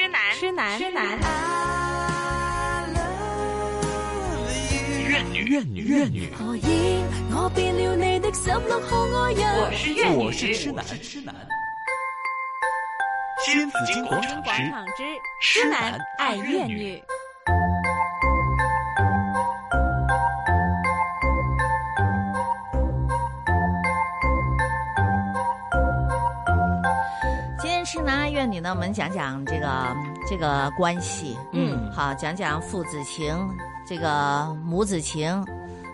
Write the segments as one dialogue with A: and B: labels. A: 痴男，痴男，
B: 怨女，怨女，怨女。
C: 何以我变了你的十六号爱人？
A: 是怨女，
B: 我是痴男，新紫金广场
A: 广
B: 之
A: 场之
B: 痴
A: 痴
B: 男
A: 男
B: 爱
A: 爱
B: 怨
A: 怨
B: 女
A: 女。
D: 今天是男爱怨女呢，我们讲讲这个这个关系，
B: 嗯
D: 好，讲讲父子情，这个母子情。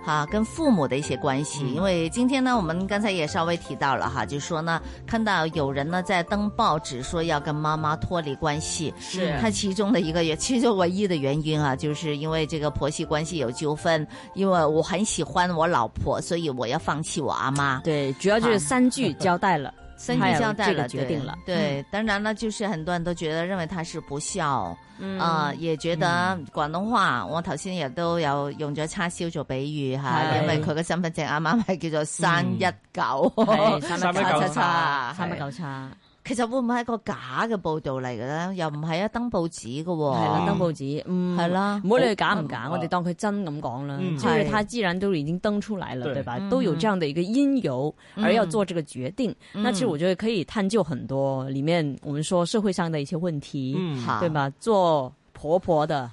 D: 哈，跟父母的一些关系，因为今天呢，我们刚才也稍微提到了哈，就说呢，看到有人呢在登报纸说要跟妈妈脱离关系，
A: 是
D: 他其中的一个原， 其实唯一的原因啊，就是因为这个婆媳关系有纠纷，因为我很喜欢我老婆，所以我要放弃我阿妈。
E: 对，主要就是三句交代了，
D: 三
E: 还
D: 级
E: 有
D: 交代
E: 这个
D: 了，
E: 决定了，
D: 对。对，当然了，就是很多人都觉得认为他是不孝，
E: 嗯
D: 啊，也覺得廣東話，我頭先亦都有用咗叉燒做比喻嚇，
E: 係嗯
D: 因為佢嘅身份證啱啱係叫做三一
E: 係
D: 九。
E: 哎三
B: 三
E: 一
B: 一九
E: 九
D: 叉叉
E: 叉，
D: 係
E: 三一九叉，
D: 其實會唔會係一個假嘅報道嚟嘅咧？又唔係啊，登報
E: 系
D: 紙嘅
E: 啦，
D: 喎，
E: 登報紙，嗯，
D: 係哦啦
E: 唔好理佢假唔假，
B: 嗯
E: 我哋當佢真咁講啦
B: 嗯。
E: 就是
D: 係
E: 他既然都已經登出來了，
B: 對
E: 對吧
D: 嗯？
E: 都有這樣的一個因由，
D: 嗯
E: 而要做這個決定，
D: 嗯
E: 那其實我覺得可以探究很多裡面我們說社會上的一些問題，
B: 嗯
D: 好
E: 對吧？做婆婆的，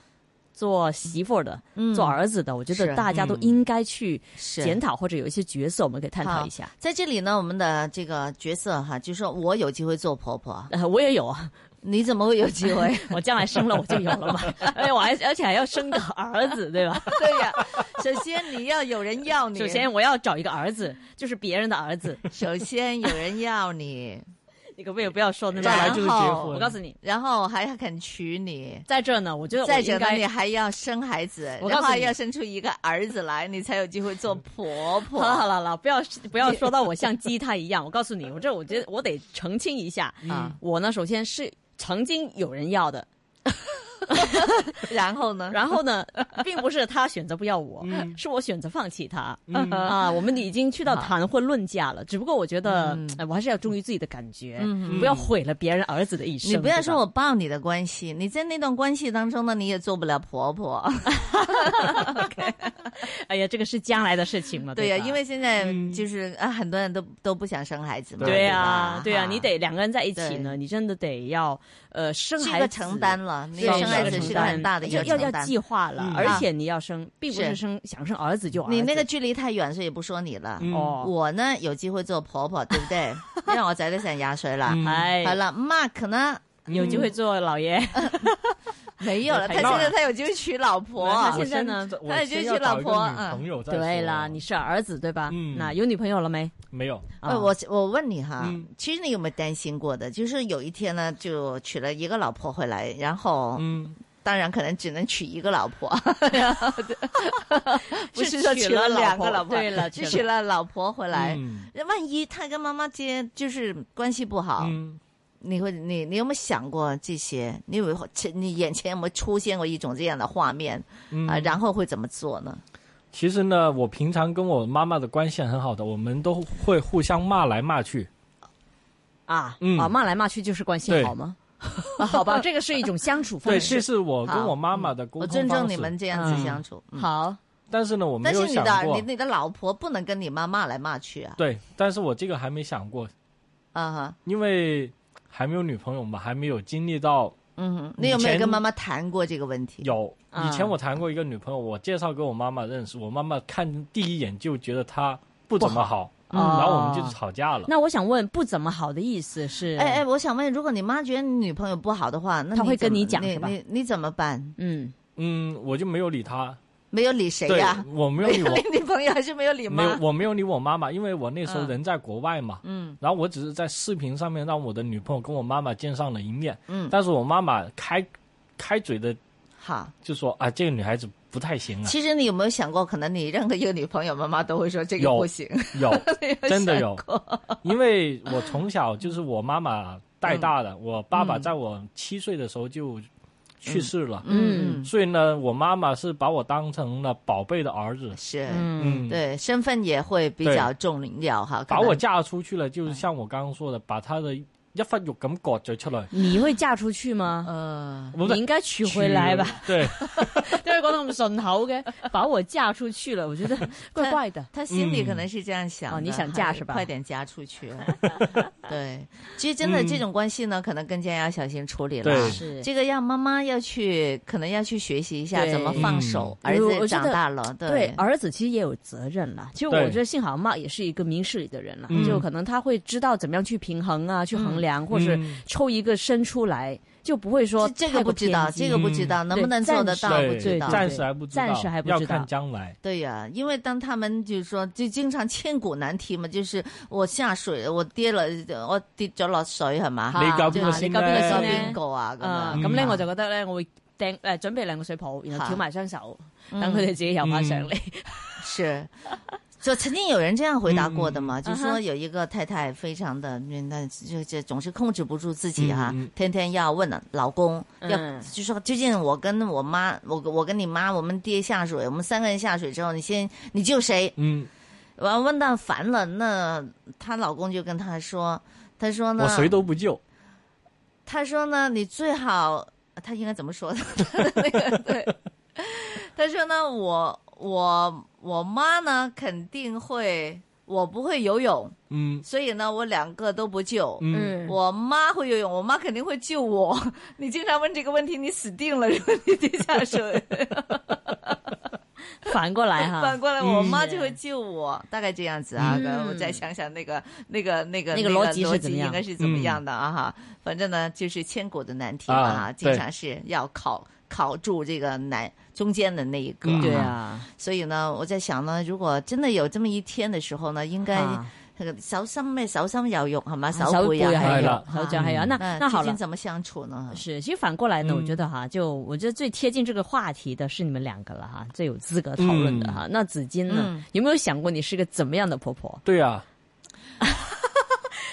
E: 做媳婦的，
D: 嗯
E: 做儿子的，我觉
D: 是
E: 得大家都
B: 嗯
E: 應該去
D: 是
E: 檢討，或者有一些角色我們可以探討一下。
D: 在这里呢，我们的这个角色哈，就说我有机会做婆婆，
E: 呃 我也有啊，
D: 你怎么会有机会？
E: 我将来生了我就有了嘛，而且我还而且还要生个儿子， 对吧？
D: 对呀、 首先你要有人要你，
E: 首先我要找一个儿子，就是别人的儿子。
D: 首先有人要你，
E: 你可不可以不要说那
B: 再来
E: 么
B: 就是
D: 然
B: 结
D: 后
B: 婚。
E: 我告诉你，
D: 然后还肯娶你，
E: 在这儿呢，我觉得我
D: 再者
E: 应
D: 呢，
E: 该
D: 你 还要生孩子，
E: 我告诉你
D: 然后还要生出一个儿子来，你才有机会做婆婆。
E: 好 了好了好了，不要不要说到我像鸡他一样。我告诉你，我这我觉得我得澄清一下，
D: 啊，
E: 我呢首先是曾经有人要的，
D: 然后 呢？
E: 然后呢，并不是他选择不要我，
B: 嗯
E: 是我选择放弃他。
B: 嗯
E: 啊，我们已经去到谈婚论嫁了，只不过我觉得
D: 嗯，
E: 哎我还是要忠于自己的感觉，
D: 嗯
E: 不要毁了别人儿子的一生。
D: 你不要
E: 对吧
D: 说我抱你的关系，你在那段关系当中呢，你也做不了婆婆。
E: 啊哎呀，这个是将来的事情嘛。
D: 对呀、
E: 吧
D: 因为现在
B: 嗯
D: 就是、啊，很多人都都不想生孩子嘛。
E: 对呀
D: 呀，，
E: 对呀，啊你得两个人在一
D: 对
E: 起呢，你真的得要呃生
D: 是一
E: 孩子
D: 个承担了，你
E: 对
D: 生孩子
E: 承
D: 是个
E: 担
D: 很大的一
E: 要
D: 个
E: 要
D: 承
E: 要
D: 担。
E: 计划了
B: 嗯，
E: 而且你要生，并不
D: 是
E: 是生想生儿子就儿子。
D: 你那个距离太远，所以不说你了。
B: 嗯
E: 哦，
D: 我呢有机会做婆婆，对不 对？因为我仔都成廿岁了。
B: 嗯
E: 哎
D: 好，了，Mark 嗯呢？
E: 有机会做老爷。
D: 没有了，他
E: 没
D: 现
E: 看到
D: 在他有机会娶老婆啊。
E: 那现在呢
B: 我
D: 那
B: 先
D: 你就
B: 要
D: 去老
B: 找一个
D: 婆
B: 女
D: 嗯
B: 朋友再
E: 对
B: 说
E: 啦，你是儿子对吧？
B: 嗯
E: 那有女朋友了没？
B: 没有？
E: 啊
D: 呃，我我问你哈
B: 嗯，
D: 其实你有没有担心过的？就是有一天呢，就娶了一个老婆回来，然后
B: 嗯，
D: 当然可能只能娶一个老婆，不是说
E: 娶
D: 娶了
E: 了老
D: 两
E: 婆
D: 个老婆，
E: 对了
D: 就
E: 娶
D: 娶了老婆回来。
B: 嗯
D: 那万一他跟妈妈间就是关系不好，
B: 嗯，
D: 你会你你有没有想过这些？你有你眼前有没有出现过一种这样的画面
B: 嗯
D: 啊？然后会怎么做呢？
B: 其实呢，我平常跟我妈妈的关系很好的，我们都会互相骂来骂去。
E: 啊
B: 嗯
E: 啊，骂来骂去就是关系
B: 对
E: 好吗？ 啊好吧，这个是一种相处
B: 对，
E: 方
B: 这
E: 式。
B: 是我跟
D: 好
B: 我妈妈的沟
D: 我
B: 通
D: 尊重
B: 方
D: 你
B: 式
D: 们这样子
E: 嗯
D: 相处。嗯
E: 好，
B: 但是呢，我没
D: 但是
B: 有
D: 你
B: 想
D: 的
B: 过
D: 你。你的老婆不能跟你妈骂来骂去啊
B: 对，但是我这个还没想过，
D: 啊哈
B: 因为还没有女朋友嘛，还没有经历到
D: 嗯哼，你有没有
B: 以
D: 跟
B: 前
D: 妈妈谈过这个问题？
B: 有。
E: 啊
B: 以前我谈过一个女朋友，我介绍给我妈妈认识，我妈妈看第一眼就觉得她不怎么
D: 哦
B: 好，
E: 嗯
B: 然后我们就吵架了。
E: 那我想问，不怎么好的意思是？
D: 哎哎，，我想问，如果你妈觉得你女朋友不好的话，那
E: 她
D: 你
E: 会
D: 怎
E: 跟
D: 么
E: 你讲
D: 你
E: 是吧
D: 你你怎么办？
E: 嗯，
B: 嗯，我就没有理她，
D: 没有理谁
B: 对
D: 呀？
B: 我没有
D: 没
B: 理
D: 有
B: 我
D: 理女朋友，还是没有理
B: 没有
D: 妈？
B: 我没有理我妈妈，因为我那时候
D: 嗯
B: 人在国外嘛，
D: 嗯
B: 然后我只是在视频上面让我的女朋友跟我妈妈见上了一面，
D: 嗯，
B: 但是我妈妈开开嘴的
D: 好。
B: 就说啊，这个女孩子不太行啊，
D: 其实你有没有想过，可能你任何一个女朋友，妈妈都会说这个
B: 有
D: 不行，
B: 有，
D: 没有
B: 真的
D: 想
B: 有
D: 过
B: 因为我从小就是我妈妈带大的，我爸爸
D: 嗯
B: 在我七岁的时候就去世了，
D: 嗯，
B: 所以呢，我妈妈是把我当成了宝贝的儿子，
D: 是，
E: 嗯，
B: 嗯，
D: 对，身份也会比
B: 对
D: 较重要哈。可
B: 把我
D: 能
E: 嗯
B: 嫁出去了，就是像我刚刚说的，把她的一忽肉咁割咗出嚟，
E: 你会嫁出去吗？
D: 呃，
B: 唔
E: 你应该娶嗯回来 吧，？
B: 对，
E: 因为讲得咁顺口嘅，把我嫁出去了，我觉得怪怪 的。
D: 他心里可
B: 嗯
D: 能是这样想的、
E: 哦你想嫁
D: 还
E: 是吧
D: 快点嫁 出去。对，其实真的
B: 嗯
D: 这种关系呢，可能更加要小心处理了。啊
B: 对
E: 是
D: 这个要妈妈要去，可能要去学习一下
E: 对
D: 怎么放手。
E: 嗯
D: 儿
E: 我
D: 子
E: 我觉
D: 长
E: 得
D: 大了，
E: 对儿子其实也有责任啦。其实
B: 对
E: 我觉得幸好妈也是一个明事理的人啦，
B: 嗯
E: 就可能他会知道怎么样去平衡啊，去衡量，或
B: 嗯
E: 是 抽一个身出来，就不会说
D: 这这个不知道，这个不知道、能不
E: 对
D: 能
E: 暂
D: 做得
E: 时
D: 到
E: 对
D: 不知道。
B: 暂时还不知道，
E: 暂时还不知道
B: 要看将来。
D: 对呀、因为当他们就是说，就经常千古难题嘛，就是我下水，我跌了，我跌咗落水係嘛？
E: 嚇
B: 你搞
D: 即
B: 邊
D: 係
B: 個
E: 啊
B: 先
E: 你搞邊個
D: 邊
E: 先呢
D: 個
B: 咧？
D: 邊個啊？咁
E: 啊
D: 樣
E: 咁咧，
B: 嗯
E: 我就覺得咧，我會掟誒準備兩個水泡，然後
D: 嚇
E: 翹埋雙手，
D: 嗯
E: 等佢哋自己游翻上嚟。
D: 是，就曾经有人这样回答过的嘛，就
E: 啊
D: 说
E: 哈
D: 有一个太太非常的那就这总是控制不住自己哈、
B: 嗯嗯
D: 天天要问了老公，要
E: 嗯
D: 就说究竟我跟我妈，我我跟你妈，我们爹下水，我们三个人下水之后，你先你救谁？
B: 嗯，
D: 完问到烦了，那她老公就跟她说，她说
B: 嗯
D: 呢，
B: 我谁都不救。
D: 他说呢，你最好，他应该怎么说的？那个 对，他说呢，我我我妈呢肯定会，我不会游泳，
B: 嗯
D: 所以呢，我两个都不救。
B: 嗯，
D: 我妈会游泳，我妈肯定会救我。 你经常问这个问题，你死定了，如 果你跌下水。
E: 反過來 哈，
D: 反过来，我妈
E: 嗯
D: 就会救我，大概这样子啊。
E: 嗯
D: 可能我再想想那个那个那个
E: 那
D: 个
E: 个
D: 逻
E: 逻辑是怎么样
D: 应该是怎么样的啊？哈，反正呢，就是千古的难题嘛，
B: 啊
D: 哈经
B: 对
D: 常是要考考住这个难中间的那一个。
B: 嗯
E: 對
D: 哈
E: 啊，
D: 所以呢，我在想呢，如果真的有这么一天的时候呢，应该
E: 啊
D: 那个手心咩手心有肉，好吗？
E: 手
D: 背
E: 背
D: 啊嗯
E: 係
B: 係
E: 肉
B: 啦，
E: 手掌係肉。那
D: 那
E: 那好
D: 究竟
E: 了。
D: 怎么相处呢？
E: 是，其实反过来呢，
B: 嗯
E: 我觉得哈，就我觉得最贴近这个话题的是你们两个了哈，最有资格讨论的哈。那紫金呢
D: 嗯，
E: 有没有想过你是个怎么样的婆婆？
B: 对啊，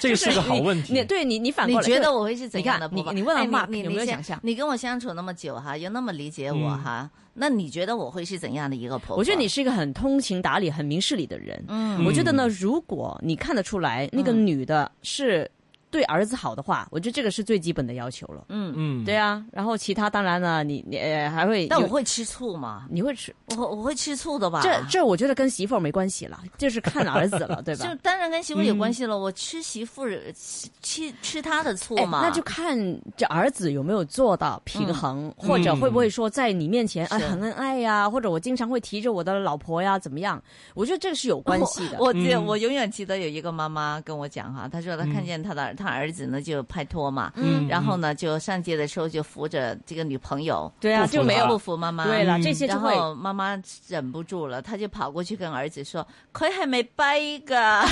B: 这个是个好问
E: 你
B: 题。
E: 对你，你反
D: 你
E: 过来
D: 觉得我会是怎样的
E: 你
D: 婆
E: 看
D: 婆？
E: 你你问了
D: 哎
E: Mark，
D: 你
E: 有没有
D: 你
E: 想象
D: 你跟我相处那么久哈，又那么理解我哈，那你觉得我会是怎样的一个婆婆？
E: 我觉得你是一个很通情达理、很明事理的人。
D: 嗯
E: 我觉得呢，如果你看得出来那个
D: 嗯
E: 女的是对儿子好的话，我觉得这个是最基本的要求了。
D: 嗯，
B: 嗯，
E: 对啊，然后其他当然了，你你呃还会有，
D: 但我会吃醋吗？
E: 你会吃啊
D: 我我会吃醋的吧？
E: 这这，我觉得跟媳妇儿没关系了，这是看儿子了，对吧
D: 就？当然跟媳妇有关系了。我吃媳妇儿吃吃吃她的醋嘛，
E: 哎那就看这儿子有没有做到平衡，或者会不会说在你面前、啊
D: 嗯是
E: 很恩爱呀，或者我经常会提着我的老婆呀怎么样？我觉得这个是有关系的。
D: 我我记得
B: 嗯
D: 我永远记得有一个妈妈跟我讲哈，她说她看见她的她儿子呢就拍拖嘛，
B: 嗯，
D: 然后呢就上街的时候就扶着这个女朋友，
E: 对啊，
B: 不服
E: 就没
B: 他
E: 有
D: 不服妈妈，
E: 对了，
B: 嗯
E: 这些就
D: 然
E: 会
D: 后妈妈忍不住了，她就跑过去跟儿子说：“佢系咪跛噶？”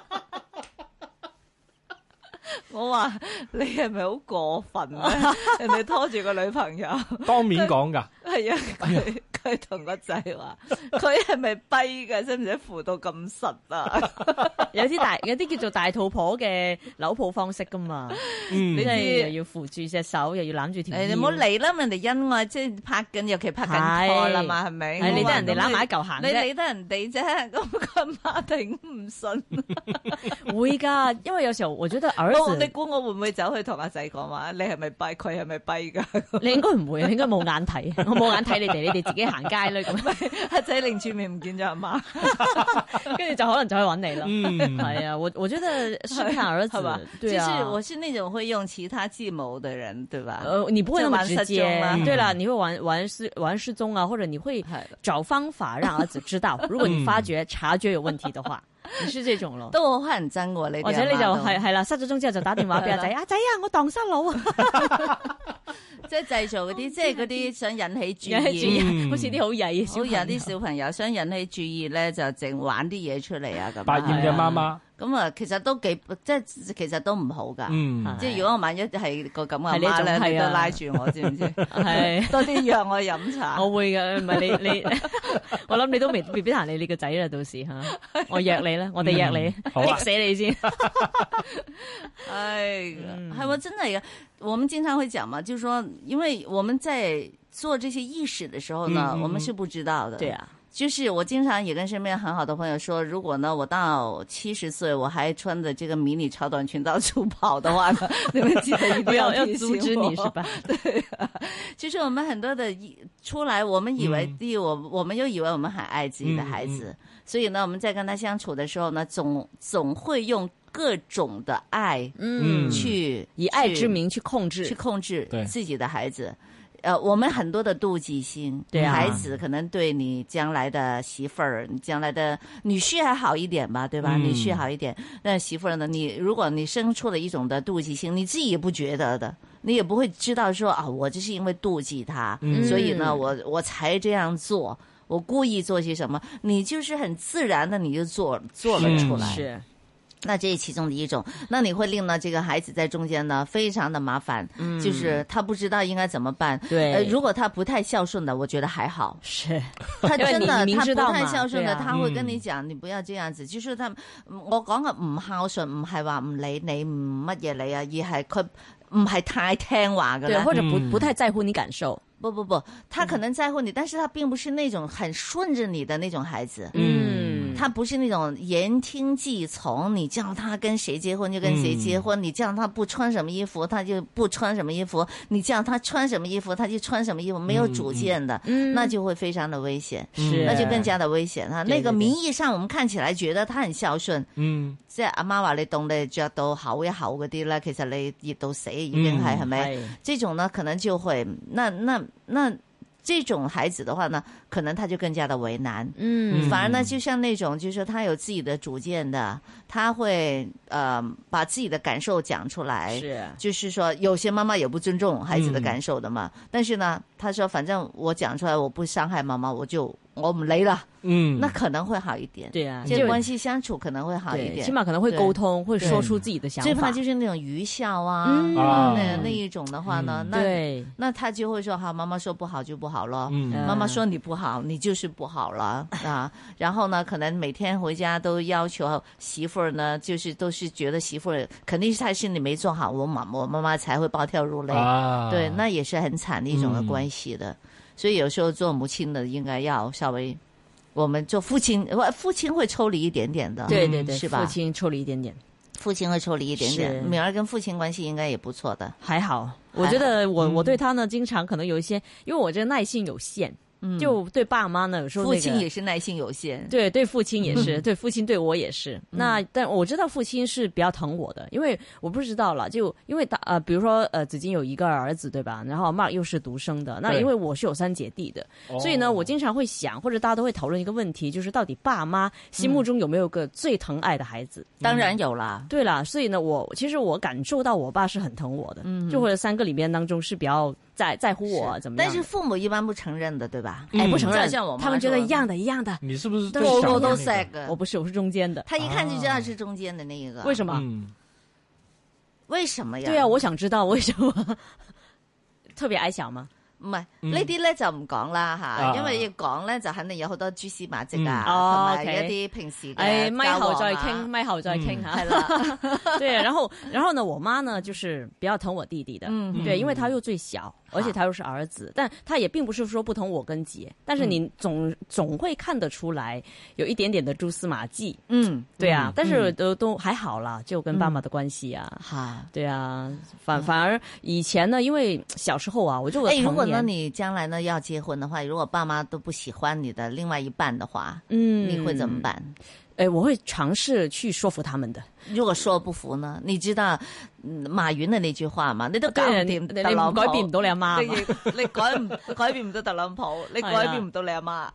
D: 我话你系咪好过分 啊？人哋拖住个女朋友，
B: 嗯当面講㗎，
D: 系啊，
E: 哎
D: 佢佢同个仔话：佢系咪跛噶？使唔使扶到咁实啊？
E: 有啲大有啲叫做大肚婆嘅扭抱方式噶嘛，
B: 嗯
E: 你
D: 知
E: 哋又要扶住隻手，又要攬 住條
D: 誒
E: 腰。
D: 哎你唔好理啦，人哋恩愛即係拍緊，尤其拍緊拖啦嘛，係咪？
E: 哎係你得人哋
D: 我話啊
E: 攬埋一嚿行
D: 你你
E: 啫，
D: 理得人哋啫，咁佢媽頂唔順。
E: 會㗎，因為有時候我覺得兒
D: 我哦你
E: 子，
D: 估我會唔會走去同阿仔講話？你係咪跛？佢係咪跛㗎？
E: 你應該唔會，你應該冇眼睇，我冇眼睇你哋，你哋自己行街啦咁，
D: 阿仔擰住面唔見咗阿媽，
E: 跟住就可能就去揾你啦。
B: 嗯，
E: 係啊，我我覺得是看兒 子
D: 係吧？
E: 對
D: 就
E: 啊
D: 是。我是那種會用其他計謀的人，對吧？
E: 呃，你不会那么直
D: 就玩失
E: 接嗯
D: 蹤啦，
E: 啊对了，你会玩玩失玩失踪啊，或者你会
D: 係啦
E: 找方法让儿子知道， 如果你发觉察觉有问题的話，嗯你是這種咯。
D: 都好乞人憎喎，你哋
E: 或者你
D: 阿媽
E: 就
D: 都
E: 係係啦，失咗蹤之後就打電話俾阿 仔，阿仔啊，我蕩失路 啊，
D: 即係製造嗰啲，即係嗰啲想引起注
E: 跟住
D: 意。
B: 嗯
E: 好似啲好曳嘅小
D: 好
E: 朋
D: 有
E: 友
D: 啲小朋友想引起注意咧，就淨玩啲嘢出嚟啊咁。
B: 百厭嘅媽媽，
D: 咁啊，其實都幾即係其實都唔好㗎。
B: 嗯
E: 啊
D: 即係如果我萬一係個咁嘅阿
E: 係呢
D: 媽
E: 種
D: 咧，你
E: 係啊
D: 都拉住我，知唔知？
E: 係。
D: 多啲約我飲茶。
E: 我會嘅，唔係你 你，我諗你都未未必行你你個仔啦，到時吓， 我約你啦，我哋約你，
B: 嗯好啊
E: 激死你先。
D: 哎，
E: 嗯
D: 还我真的呀，我们经常会讲嘛，就是说，因为我们在做这些意识的时候呢，
B: 嗯嗯嗯
D: 我们是不知道的。
E: 對，啊，
D: 就是我经常也跟身边很好的朋友说，如果呢我到七十岁我还穿着这个迷你超短裙到处跑的话呢，你们记得一
E: 不
D: 定
E: 要要
D: 提醒
E: 阻止
D: 我
E: 你是？吧？
D: 就是我们很多的一出来，我们以为
B: 嗯
D: 第一，我我们又以为我们很爱自己的孩子，所以呢，我们在跟他相处的时候呢，总总会用各种的爱
B: 嗯
D: 去、
E: 以爱
D: 去
E: 之名去控制，
D: 去控制
B: 对
D: 自己的孩子。呃，我们很多的妒忌心，
E: 对啊
D: 孩子可能对你将来的媳妇儿、你将来的女婿还好一点吧，对吧？
B: 嗯
D: 女婿好一点，但媳妇儿呢？你如果你生出了一种的妒忌心，你自己也不觉得的，你也不会知道说啊，我就是因为妒忌他，
B: 嗯
D: 所以呢，
E: 嗯
D: 我我才这样做，我故意做些什么，你就是很自然的你就做做了出来，
E: 是，
D: 那这是其中的一种，那你会令到这个孩子在中间呢非常的麻烦，就是他不知道应该怎么办。
E: 嗯对。
D: 呃，如果他不太孝顺的，我觉得还好
E: 是，
D: 他
E: 因为
D: 真的
E: 你你明
D: 他
E: 知道
D: 不
E: 嘛
D: 太孝顺的，
E: 对啊
D: 他会跟你讲，你不要这样子。就是他，嗯我講嘅唔孝順，唔係話唔理你，唔乜嘢你啊，而係佢唔係太聽話嘅
A: 对，
D: 啦。
A: 或者不
B: 嗯
A: 不太在乎你感受，
D: 不不不，他可能在乎你，但是他并不是那种很顺着你的那种孩子。
B: 嗯
D: 他不是那种言听计从，你叫他跟谁结婚就跟谁结婚，你叫他不穿什么衣服他就不穿什么衣服，你叫他穿什么衣服他就穿什么衣服，没有主见的，
A: 嗯
D: 那就会非常的危险，
B: 嗯
E: 是，
D: 那就更加的危险哈。
E: 对
D: 那个
E: 对对
D: 名义上我们看起来觉得他很孝顺，
B: 嗯
D: 即系阿媽話你凍你着到厚一厚嗰啲咧，其實你熱到死已經係
B: 嗯
D: 係咪？
E: 係
D: 這種呢可能就會那那那這種孩子的話呢，可能他就更加的為難。
A: 嗯
D: 反而呢，
B: 嗯
D: 就像那种，就是说他有自己的主见的，他会呃把自己的感受讲出来。
E: 是，
D: 就是说，有些妈妈也不尊重孩子的感受的嘛。但是呢，他说反正我讲出来，我不伤害妈妈，我就我们雷了，
B: 嗯，
D: 那可能会好一点。
E: 对啊，
D: 这
E: 就
D: 个关系相处可能会好一
A: 对，
D: 点。
A: 起码可能会
D: 对
A: 沟通，会说出自己的想
D: 最怕
A: 法，
D: 就是那种愚孝啊，
A: 嗯
B: 啊
D: 那那一种的话呢，
B: 嗯
D: 那
E: 对，
D: 那他就会说，好，妈妈说不好就不好了。
B: 嗯
E: 呃
D: 妈妈说你不好，你就是不好了啊。然后呢，可能每天回家都要求媳妇儿呢，就是都是觉得媳妇儿肯定是她心里没做好，我妈我妈妈才会暴跳
E: 嗯
D: 如雷。
B: 啊，
D: 对，那也是很惨的一种的关系的。所以有时候做母亲的应该要稍微，我们做父亲，呃父亲会抽离一点点的，嗯
E: 对对对，
D: 是吧
E: 父亲抽离一点点，
D: 父亲会抽离一点
E: 是
D: 点。敏儿跟父亲关系应该也不错的，
E: 还好。
D: 还
E: 我觉得我
B: 嗯
E: 我对他呢，经常可能有一些，因为我这个耐性有限，
D: 嗯，
E: 就对爸妈呢，有时候
D: 父
E: 那个
D: 亲也是耐性有限，
E: 对对，父亲也 是，对父亲对我也是。
D: 嗯
E: 那但我知道父亲是比较疼我的，因为我不知道了，就因为他呃，比如说呃，子金有一个儿子对吧？然后 Mark 又是独生的，那
B: 对
E: 因为我是有三姐弟的，
B: 哦
E: 所以呢，我经常会想，或者大家都会讨论一个问题，就是到底爸妈心
D: 嗯
E: 目中有没有个最疼爱的孩子？
D: 当然有啦。
E: 对啦，所以呢，我其实我感受到我爸是很疼我的，
D: 嗯
E: 就或者三个里面当中是比较在在乎我
D: 是
E: 怎么样
D: 但
E: 的，
D: 是父母一般不承认的，对吧？
B: 嗯
E: 哎不承认，
D: 就像我妈
E: 他们觉得
D: 说的嗯
E: 一样的，一样的，
B: 你是不是
E: 都
B: 最
D: 我
B: 小
D: 我
B: 的
D: 都
B: 那
D: s
B: 个
E: 我不是，我是中间的，
D: 他一看就知道是中间的那一个。
E: 为什么？
B: 嗯
D: 为什么呀？
E: 对啊，我想知道为什么特别矮小吗？
D: 唔係
B: 嗯
D: 呢啲咧就唔講啦
B: 啊
D: 吓，因為要講咧就肯定有好多蛛絲馬跡
B: 嗯
D: 啊，同
E: 哦
D: 埋
E: ，OK
D: 一啲平時
E: 哎，
D: 嘅
E: 麦
D: 交
E: 后
D: 往
E: 再
D: 啊
E: 倾，麦后再倾哈
D: 係。啦，
E: 对，然后然后呢，我妈呢就是比较疼我弟弟的，
D: 嗯
E: 对，因为他又最小，而且他又是儿子，但他也并不是说不疼我跟姐，但
D: 嗯
E: 是你总、总会看得出来有一点点的蛛丝马迹，
D: 嗯，
E: 对啊，但是都、都还好啦，就跟爸妈的关系啊。
D: 好。
E: 对啊，反反而以前呢，因为小时候啊，我就我的
D: 嗯哎，如
E: 童
D: 果
E: 年
D: 呢你将來呢要結婚的話，如果爸媽都不喜歡你的另外一半的話，
E: 嗯，
D: 你會怎么？辦？
E: 哎，我会尝试去说服他们的。
D: 如果說不服呢？你知道嗯馬雲的那句話嘛？你都搞唔
E: 对，你
D: 掂
E: 你
D: 特
E: 唔
D: 朗普
E: 改變唔到你阿媽嘛。
D: 你改唔改變唔到特朗普，你
E: 係啦
D: 改變唔到你阿 媽，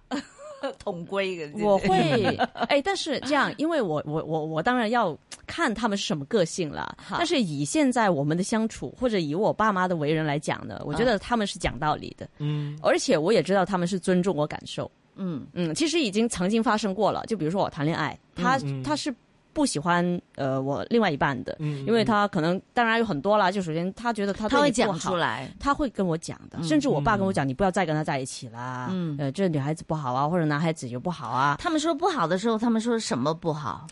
D: 同歸嘅。你知
E: 我
D: 唔知
E: 会哎，但是这样，因为我我我我当然要看他们是什么个性啦。
D: 好
E: 但是以现在我们的相处，或者以我爸妈的为人来讲呢，我觉得他们是讲道理的，
B: 嗯
E: 而且我也知道他们是尊重我感受。
D: 嗯
E: 嗯，其实已经曾经发生过了，就比如说我谈恋爱，他、
B: 嗯嗯
E: 他是不喜欢呃我另外一半的，
B: 嗯，
E: 因为他可能当然有很多啦，就首先他觉得他对
D: 他
E: 你
D: 會
E: 不
D: 講
E: 好
D: 出來。
E: 他会跟我讲的，
D: 嗯
E: 甚至我爸跟我讲，你不要再跟他在一起啦，
D: 嗯
E: 呃，这女孩子不好啊，或者男孩子也不好啊，
D: 他们說不好的時候，他們說什麼不好？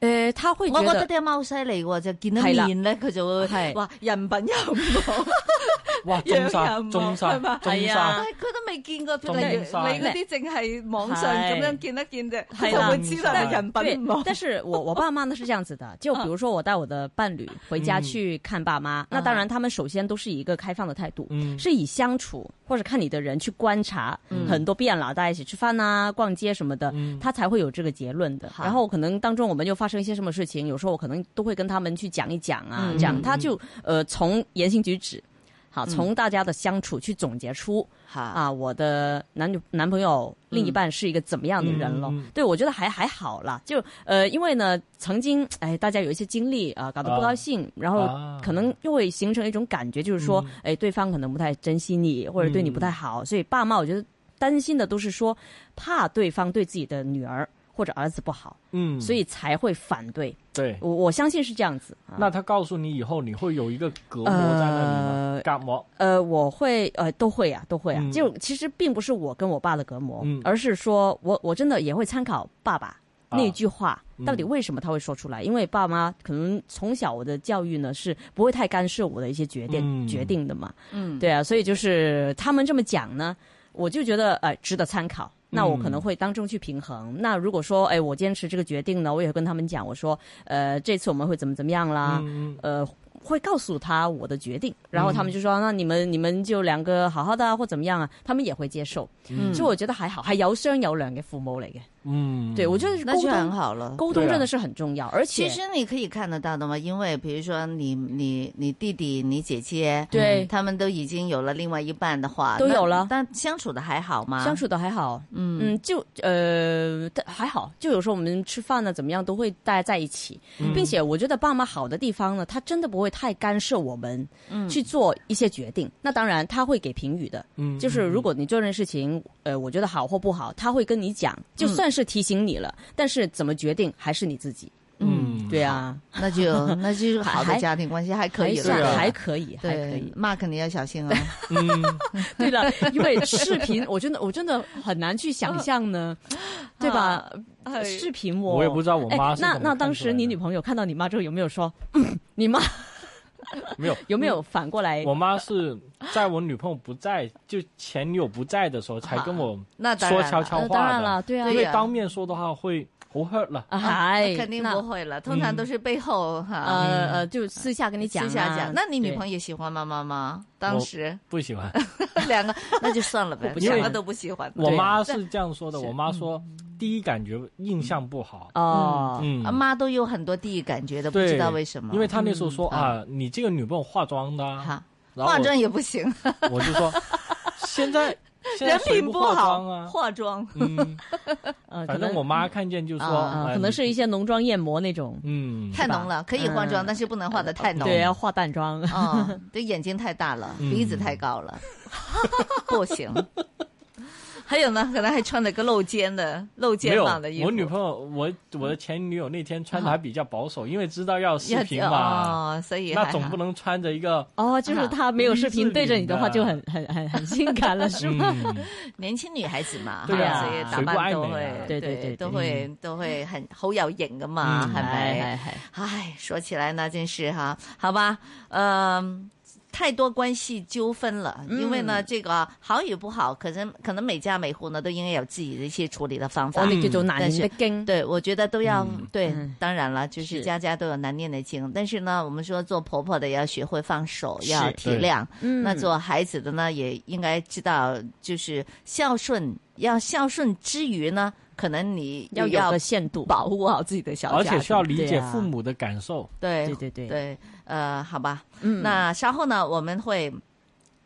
E: 呃，他会
D: 嗯我
E: 觉
D: 覺得
E: 得
D: 啲阿媽好犀利喎，就見到
E: 係啦
D: 面咧，佢就會
E: 係
D: 話人品又唔好，
B: 哇，中
D: 樣
B: 沙
D: 又唔
B: 中
D: 好
B: 沙
D: 係嘛
B: 中
E: 係
B: 沙
E: 啊
D: 但係佢都未見過，
B: 中英
A: 山
B: 係
A: 你嗰
E: 啲
F: 淨係網
E: 上咁樣
F: 見一見啫，
E: 係啦
B: 就會知道個人
E: 对， 但是我我爸妈呢是这样子的，就比如说我带我的伴侣回家
B: 嗯
E: 去看爸妈，那当然他们首先都是以一个开放的态度，
B: 嗯
E: 是以相处或者看你的人去观察
D: 嗯
E: 很多遍了，大家一起吃饭呐、逛街什么的，
B: 嗯
E: 他才会有这个结论的。
D: 好
E: 然后可能当中我们又发生一些什么事情，有时候我可能都会跟他们去讲一讲啊，
D: 嗯
E: 这样
B: 嗯
E: 他就呃从言行举止。好，
D: 嗯
E: 从大家的相处去总结出、
D: 好，
E: 啊，我的男女男朋友另一半是一个怎么样的人咯？
B: 嗯嗯嗯
E: 对我觉得还还好啦，就呃，因为呢，曾经哎，大家有一些经历啊、搞得不高兴，然后
B: 啊嗯
E: 可能又会形成一种感觉，就是说，哎，对方可能不太珍惜你，或者对你不太好，所以爸妈我觉得担心的都是说，怕对方对自己的女儿或者儿子不好，
B: 嗯，
E: 所以才会反对。
B: 对，
E: 我我相信是这样子。啊、
B: 那他告诉你以后，你会有一个隔膜在那里吗？
E: 呃
B: 隔膜，
E: 呃，我会呃都会啊，都会啊。
B: 嗯
E: 就其实并不是我跟我爸的隔膜，
B: 嗯
E: 而是说我我真的也会参考爸爸
B: 啊
E: 那句话，
B: 嗯
E: 到底为什么他会说出来？因为爸妈可能从小我的教育呢是不会太干涉我的一些决定、
B: 嗯
E: 决定的嘛，
D: 嗯，
E: 对啊，所以就是他们这么讲呢，我就觉得呃值得参考。
B: 嗯
E: 那我可能会当中去平衡。那如果说，哎，我坚持这个决定呢，我也会跟他们讲，我说，呃，这次我们会怎么怎么样啦，
B: 嗯
E: 呃，会告诉他我的决定，然后他们就说：“那你们你们就两个好好的、啊、或怎么样啊？”他们也会接受，
D: 嗯
E: 所以我觉得还好，还有商有量嘅父母嚟嘅。
B: 嗯，
E: 对，我觉得是
D: 那
E: 沟
D: 就很
E: 通，
D: 好了。
E: 沟
B: 对
E: 通
B: 啊
E: 真的是很重要，而且
D: 其实你可以看得到的嘛，因为比如说你、你、你弟弟、你姐姐，嗯
E: 对
D: 他们都已经有了另外一半的话，
E: 都
D: 那
E: 有了
D: 但相处的还好吗？
E: 相处的还好，
D: 嗯，
E: 嗯，就呃但还好，就有时候我们吃饭呢怎么样都会大家在一起，
B: 嗯
E: 并且我觉得爸妈好的地方呢，他真的不会太干涉我们
D: 嗯
E: 去做一些决定。那当然他会给评语的，
B: 嗯
E: 就是如果你做这件事情，呃，我觉得好或不好，他会跟你讲，
B: 嗯
E: 就算是提醒你了，但是怎么决定还是你自己。
B: 嗯，
E: 对啊，
D: 那就那就是好的
E: 还
D: 家庭关系还可
E: 还
D: 以
E: 算
B: 对啊
D: 了。
E: 还可以，还可
D: 对
E: 以。
D: ，Mark 你要小心 哦。
B: 嗯，
E: 对了， 因为视频，我真的我真的很难去想象 呢，对
D: 啊
E: 吧？
D: 哎
E: 视频我
B: 我也不知道我
E: 哎
B: 妈是怎么
E: 那
B: 看出来的。
E: 那当时你女朋友看到你妈之后有没有 说，嗯你妈
B: 没有？
E: 有没有反过
D: 哎
E: 来？
B: 我
D: 呃
B: 妈是在我女朋友不在，就前女友不在的时候才跟我
D: 那当
B: 说
D: 然
B: 悄
D: 了，
B: 悄
E: 呃
B: 话的，
E: 当然了，对啊
B: 因，为
D: 啊对呀
B: 当面说的话会好 hurt 了。
E: 啊嗨，
D: 肯定
E: 那嗯
D: 不会了，通常都是背后哈。
E: 呃呃，就私下跟你讲啊，
D: 私下讲，那你女
E: 对
D: 朋友喜欢妈妈吗？当时
B: 不喜
D: 啊
B: 欢，
D: 两个，那就算了呗，
B: 因为
D: 两个都不喜欢。
B: 我
E: 对
B: 妈是这样说的。
E: 是
B: 我妈说，
D: 嗯
B: 第一感觉印象不好，
E: 哦，
B: 嗯
D: 啊，妈都有很多第一感觉的，不
B: 对
D: 知道为什么。
B: 因为她那时候说
D: 嗯
B: 啊，你这个女朋友化妆的啊，
D: 哈，
B: 然后
D: 化
B: 我
D: 妆也不行，
B: 我就说，现 在现在
D: 人
B: 谁
D: 品
B: 不化
D: 好
B: 妆，啊？
D: 化妆。
B: 嗯，
E: 呃，可
B: 反
E: 能
B: 正我妈看见 就说，
D: 啊
E: 啊，
B: 哎
E: 可能是一些浓妆艳抹那种，
B: 嗯，
D: 太浓了，可以化妆，
E: 嗯
D: 但是不能化的太浓。
E: 对，要化淡妆。
D: 嗯，对，眼睛太大了，
B: 嗯
D: 鼻子太高了， 不行。还有呢，可能还穿了个露肩的、露
B: 没
D: 肩
B: 有，
D: 膀的衣服。
B: 我女朋友，我我的前女友那天穿的还比较保守，因为知道要视
D: 要
B: 频嘛，
D: 哦，所以
B: 那
D: 还
E: 啊
B: 总
D: 好
B: 不能穿着一 个，
E: 哦，就是他没有视频对着你的话，
B: 嗯
E: 就很很很很性感了， 是吗？
B: 嗯，
D: 年轻女孩子嘛，
B: 对
E: 啊
D: 哈所以打扮都
E: 谁
D: 会，
E: 不爱美啊对
D: 对
E: 对对
D: 都会都会很好有型噶嘛，
B: 嗯
D: 系咪？
E: 哎哎
D: 唉，说起来呢，真是哈，好吧，嗯、太多关系纠纷了，
E: 嗯
D: 因为呢，这个好与不好，可能可能每家每户呢都应该有自己的一些处理的方法
E: 我。哋叫做男
D: 嗯但
E: 人
D: 是
E: 的经，
D: 对，我觉得都要、对
E: 哦嗯，
D: 当然了，就是
E: 是
D: 家家都有难念的经，但是呢，我们说做婆婆的要学会放手，要
E: 是
D: 体
B: 对
D: 谅，
E: 嗯
D: 那做孩子的呢，也应该知道，就是孝顺，要孝顺之余呢，可能你
E: 要
D: 也
E: 有个限度，
D: 保护好自己的小
B: 而
D: 家
B: 且是要理
E: 对
B: 解
E: 啊
B: 父母的感受，
D: 对
E: 对对对，
D: 对，呃，好吧，
E: 嗯
D: 那稍后呢，我们会。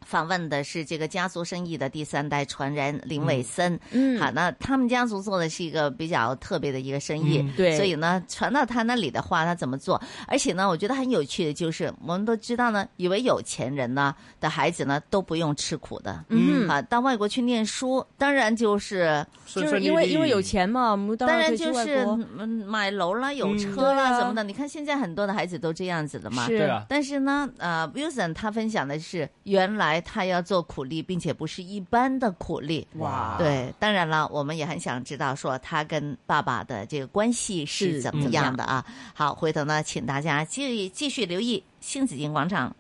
D: 访问的是这个家族生意的第三代传人林伟森，
E: 嗯
D: 好，那他们家族做的是一个比较特别的一个生意，
B: 嗯
E: 对
D: 所以呢，传到他那里的话，他怎么做？而且呢，我觉得很有趣的就是，我们都知道呢，以为有钱人呢的孩子呢都不用吃苦的，
E: 嗯哼，
D: 啊，到外国去念书，当然就是，
E: 就
B: 顺
E: 是
B: 顺利
E: 因为
B: 利
E: 因为有，钱嘛，我们当
D: 当然
E: 可以去
D: 就
E: 外
D: 是
E: 国
D: 嗯买楼啦、有
B: 嗯
D: 车
E: 对
D: 啦
E: 啊
D: 什么的。你看现在很多的孩子都这样子的嘛。
E: 是
B: 对啊，
D: 但是呢，呃，Wilson 他分享的是，原来他要做苦力，并且不是一般的苦力。
B: 哇，
D: 对，当然了，我们也很想知道说他跟爸爸的这个关系是
E: 是
D: 怎么
B: 怎么
D: 样
E: 样
D: 的啊？好，回头呢，请大家继继续留意新紫金广场